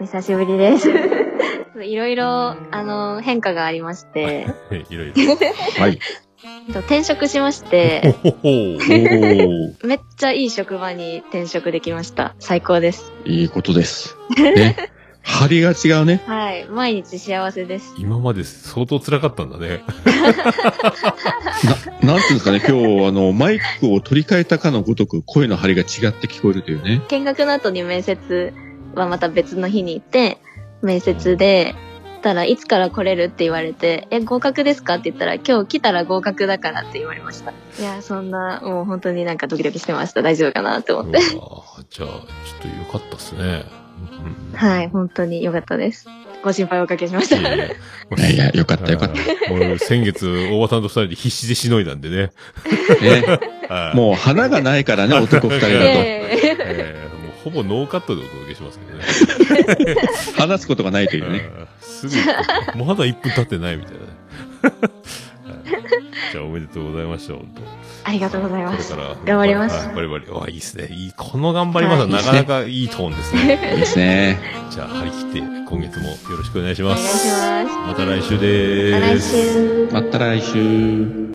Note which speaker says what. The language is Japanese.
Speaker 1: お久しぶりです。 いろいろ、あの、変化がありまして、
Speaker 2: はい、いろいろ。
Speaker 3: はい。
Speaker 1: えっと転職しまして、
Speaker 2: ほほう
Speaker 3: おー、
Speaker 1: めっちゃいい職場に転職できました。最高です。
Speaker 3: いいことです。ね。張りが違うね。
Speaker 1: はい。毎日幸せです。
Speaker 2: 今まで相当辛かったんだね。
Speaker 3: な、なんていうんですかね、今日、あの、マイクを取り替えたかのごとく声の張りが違って聞こえるというね。
Speaker 1: 見学の後に面接はまた別の日に行って、面接で、たらいつから来れるって言われて、え、合格ですかって言ったら、今日来たら合格だからって言われました。いや、そんな、もう本当になんかドキドキしてました。大丈夫かなって
Speaker 2: うわ
Speaker 1: 思って。
Speaker 2: ーじゃあ、ちょっとよかったですね。うん
Speaker 1: はい、本当に良かったです。ご心配おかけしまし
Speaker 2: い
Speaker 1: た。
Speaker 2: やいや。
Speaker 3: いやいやよかったよかった
Speaker 2: 俺、先月、大場さんと二人で必死でしのいだんでね。
Speaker 3: ね。
Speaker 2: はい
Speaker 3: もう花がないからね、男 二人
Speaker 2: い
Speaker 3: だ
Speaker 1: ええ
Speaker 2: えーもうほぼノーカットでお届けしますけどね。
Speaker 3: と。話すことがないというね。
Speaker 2: うんすぐ、まだ1分経ってないみたいなね。はいじゃあ、おめでとうございました、本当。
Speaker 1: ありがとうございます
Speaker 2: こ。れから。
Speaker 1: 頑張ります
Speaker 2: はいバリバリ。わあ、いいですね。いい、この頑張りますは
Speaker 1: はい
Speaker 2: なかなかいいトーンですね。
Speaker 3: いいですね。
Speaker 2: じゃあ、張り切って、今月もよろしくお願いし
Speaker 1: お
Speaker 2: ま
Speaker 1: 願いし
Speaker 2: す。
Speaker 1: ます。
Speaker 2: また来週で
Speaker 1: また来
Speaker 2: す。
Speaker 1: 週。
Speaker 3: また来週。